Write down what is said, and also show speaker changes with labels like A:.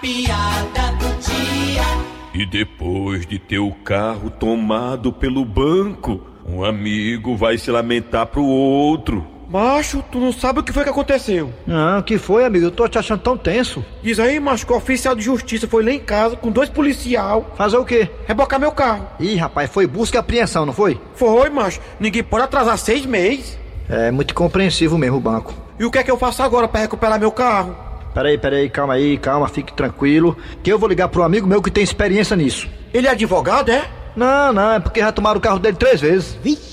A: piada do dia.
B: E depois de ter o carro tomado pelo banco, um amigo vai se lamentar pro outro.
C: Macho, tu não sabe o que foi que aconteceu.
D: Ah, que foi, amigo? Eu tô te achando tão tenso.
C: Diz aí, macho, que o oficial de justiça foi lá em casa com dois policial
D: Fazer o quê?
C: rebocar meu carro.
D: Ih, rapaz, foi busca e apreensão, não foi?
C: Foi, macho, ninguém pode atrasar seis meses.
D: É muito compreensivo mesmo o banco.
C: E o que é que eu faço agora pra recuperar meu carro?
D: Peraí, peraí, calma aí, calma, fique tranquilo. Que eu vou ligar pro amigo meu que tem experiência nisso.
C: Ele é advogado, é?
D: Não, não, é porque já tomaram o carro dele três vezes.